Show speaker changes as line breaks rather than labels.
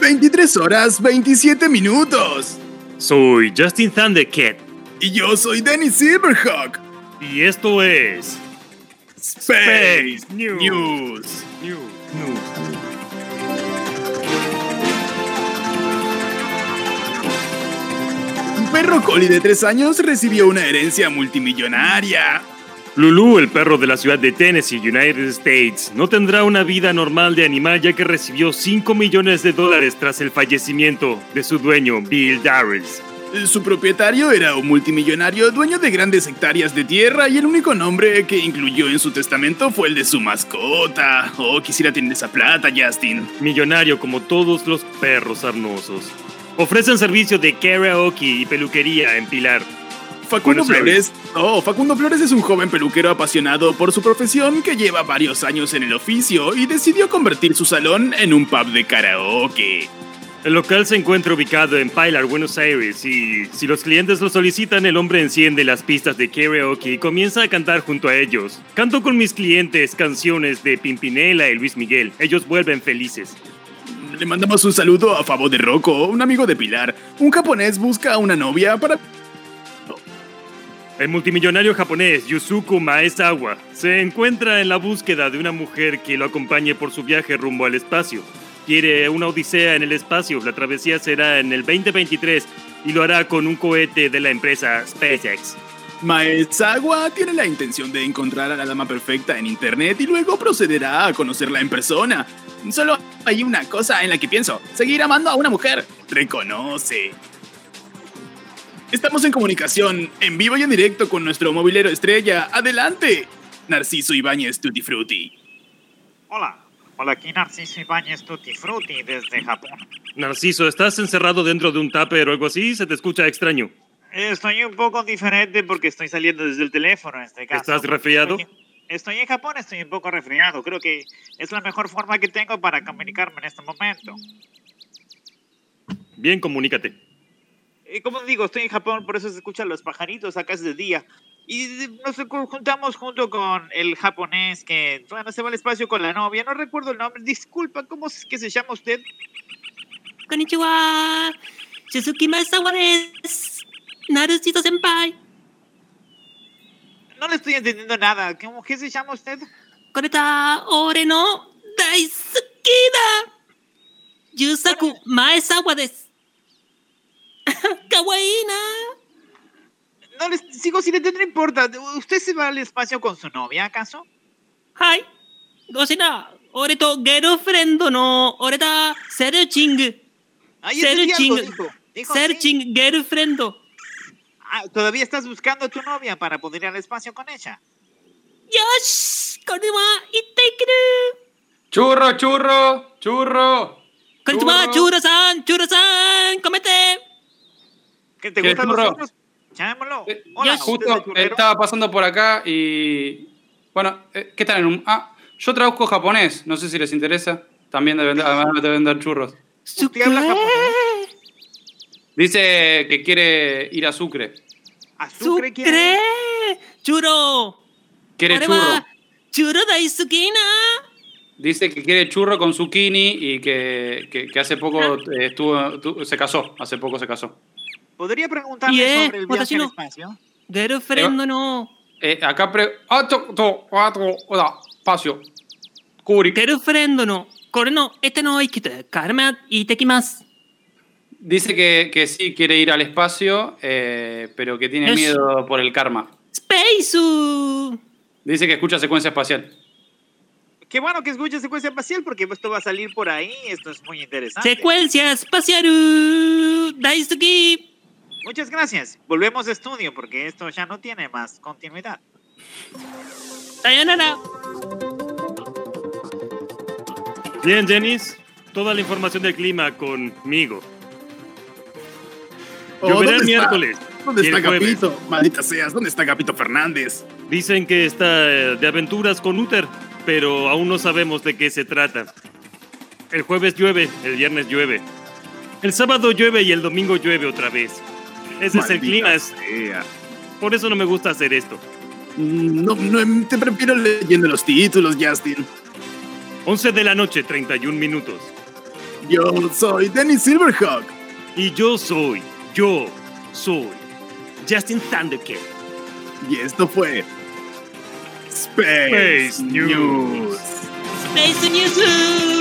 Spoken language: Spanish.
23 horas 27 minutos.
Soy Justin Thundercat
Y yo soy Danny Silverhawk.
y esto es
Space,
Space News.
News.
New.
Un perro collie de 3 años recibió una herencia multimillonaria.
Lulu, el perro de la ciudad de Tennessee, United States, no tendrá una vida normal de animal ya que recibió 5 millones de dólares tras el fallecimiento de su dueño, Bill Darrells.
Su propietario era un multimillonario dueño de grandes hectáreas de tierra y el único nombre que incluyó en su testamento fue el de su mascota. Oh, quisiera tener esa plata, Justin.
Millonario como todos los perros arnosos. Ofrecen servicio de karaoke y peluquería en Pilar.
Facundo Flores.
Buenos
Oh, Facundo Flores es un joven peluquero apasionado por su profesión que lleva varios años en el oficio y decidió convertir su salón en un pub de karaoke.
El local se encuentra ubicado en Pilar, Buenos Aires, y si los clientes lo solicitan, el hombre enciende las pistas de karaoke y comienza a cantar junto a ellos. Canto con mis clientes canciones de Pimpinela y Luis Miguel. Ellos vuelven felices.
Le mandamos un saludo a favor de Rocco, un amigo de Pilar. Un japonés busca a una novia para
El multimillonario japonés Yusuku Maezawa se encuentra en la búsqueda de una mujer que lo acompañe por su viaje rumbo al espacio. Quiere una odisea en el espacio. La travesía será en el 2023 y lo hará con un cohete de la empresa SpaceX.
Maezawa tiene la intención de encontrar a la dama perfecta en internet y luego procederá a conocerla en persona. Solo hay una cosa en la que pienso, seguir amando a una mujer. Reconoce. Estamos en comunicación, en vivo y en directo con nuestro movilero estrella. Adelante, Narciso Ibáñez Tutti Frutti.
Hola, hola aquí Narciso Ibáñez Tutti Frutti desde Japón.
Narciso, ¿estás encerrado dentro de un tupper o algo así? Se te escucha extraño.
Estoy un poco diferente porque estoy saliendo desde el teléfono en este caso.
¿Estás resfriado?
Estoy en Japón, estoy un poco resfriado. Creo que es la mejor forma que tengo para comunicarme en este momento.
Bien, comunícate.
Y Eh, como digo, estoy en Japón, por eso se escuchan los pajaritos acá es de día. Y nos juntamos junto con el japonés que, bueno, se va al espacio con la novia. No recuerdo el nombre. Disculpa, ¿cómo es que se llama usted?
こんにちは。鈴木マサワです。ナルシド先輩。
No le estoy entendiendo nada. ¿Cómo que se llama usted?
これだ、俺の大好きだ。優作前沢です。 かわいいな。
No les sigo sin entender, no importa. ¿Usted se va al espacio con su novia, acaso?
はい。ごしな。俺とゲルフレンドの俺だ。セルチング。
Ahí
Ser
entendí algo,
ching-
dijo. Dijo,
セル
sí.
チング、ゲルフレンド。
Ah, Todavía estás buscando a tu novia para poder ir al espacio con ella.
よしこれは行っていける
Churro, churro, churro.
こんにちは、チューラさんチューラさんコメント
¿Que te
¿Qué,
gustan los
churro?
otros? Llámalo.
Eh,
Hola,
yo-
¿usted es el
Justo
churrero?
estaba pasando por acá y. Bueno, eh, ¿qué tal en un.? Ah, yo traduzco japonés, no sé si les interesa. También deben, además me deben dar churros.
すっ
¿Usted habla japonés?
Dice que quiere ir a Sucre.
¿A
そっ
Sucre
く
quiere
れ
ir?
チュロ
Quiere
俺
churro.
はチュロ大好きな
Dice que quiere churro con zucchini y que, que- que hace poco
Ah.
eh, estuvo, tu- se casó. Hace poco se casó.
¿Podría preguntarle
Yeah,
sobre el viaje
watashi
al
no.
espacio?
ゲルフレンドの
Eh, acá pre. Ah, to- to- ah, to- hola, espacio. Curi.
ゲルフレンドのこれのエテノイキとカルマ行ってきます
Dice que, que sí quiere ir al espacio, eh, pero que tiene
Es-
miedo por el karma.
スペース
Dice que escucha secuencia espacial.
Qué bueno que escuche secuencia espacial porque esto va a salir por ahí. Esto es muy interesante.
セクエンシアスパシャル大好き
Muchas gracias. Volvemos a estudio porque esto ya no tiene más continuidad.
さよなら
Bien, Jennings, toda la información del clima conmigo.
Oh,
Lloverá el
¿dónde está?
miércoles.
¿Dónde
y el
está
jueves.
Capito? Maldita seas, ¿dónde está Capito Fernández?
Dicen que está eh, de aventuras con Uther, pero aún no sabemos de qué se trata. El jueves llueve, el viernes llueve. El sábado llueve y el domingo llueve otra vez. Ese es el
Maldita
clima, es-
sea.
por eso no me gusta hacer esto.
Mm, No, no, te prefiero leyendo los títulos, Justin.
11 de la noche, 31 minutos.
Yo soy Dennis Silverhawk.
Y yo soy, yo soy Justin Thundercat.
Y esto fue Space,
Space News.
News.
Space News.
Oh, Mm,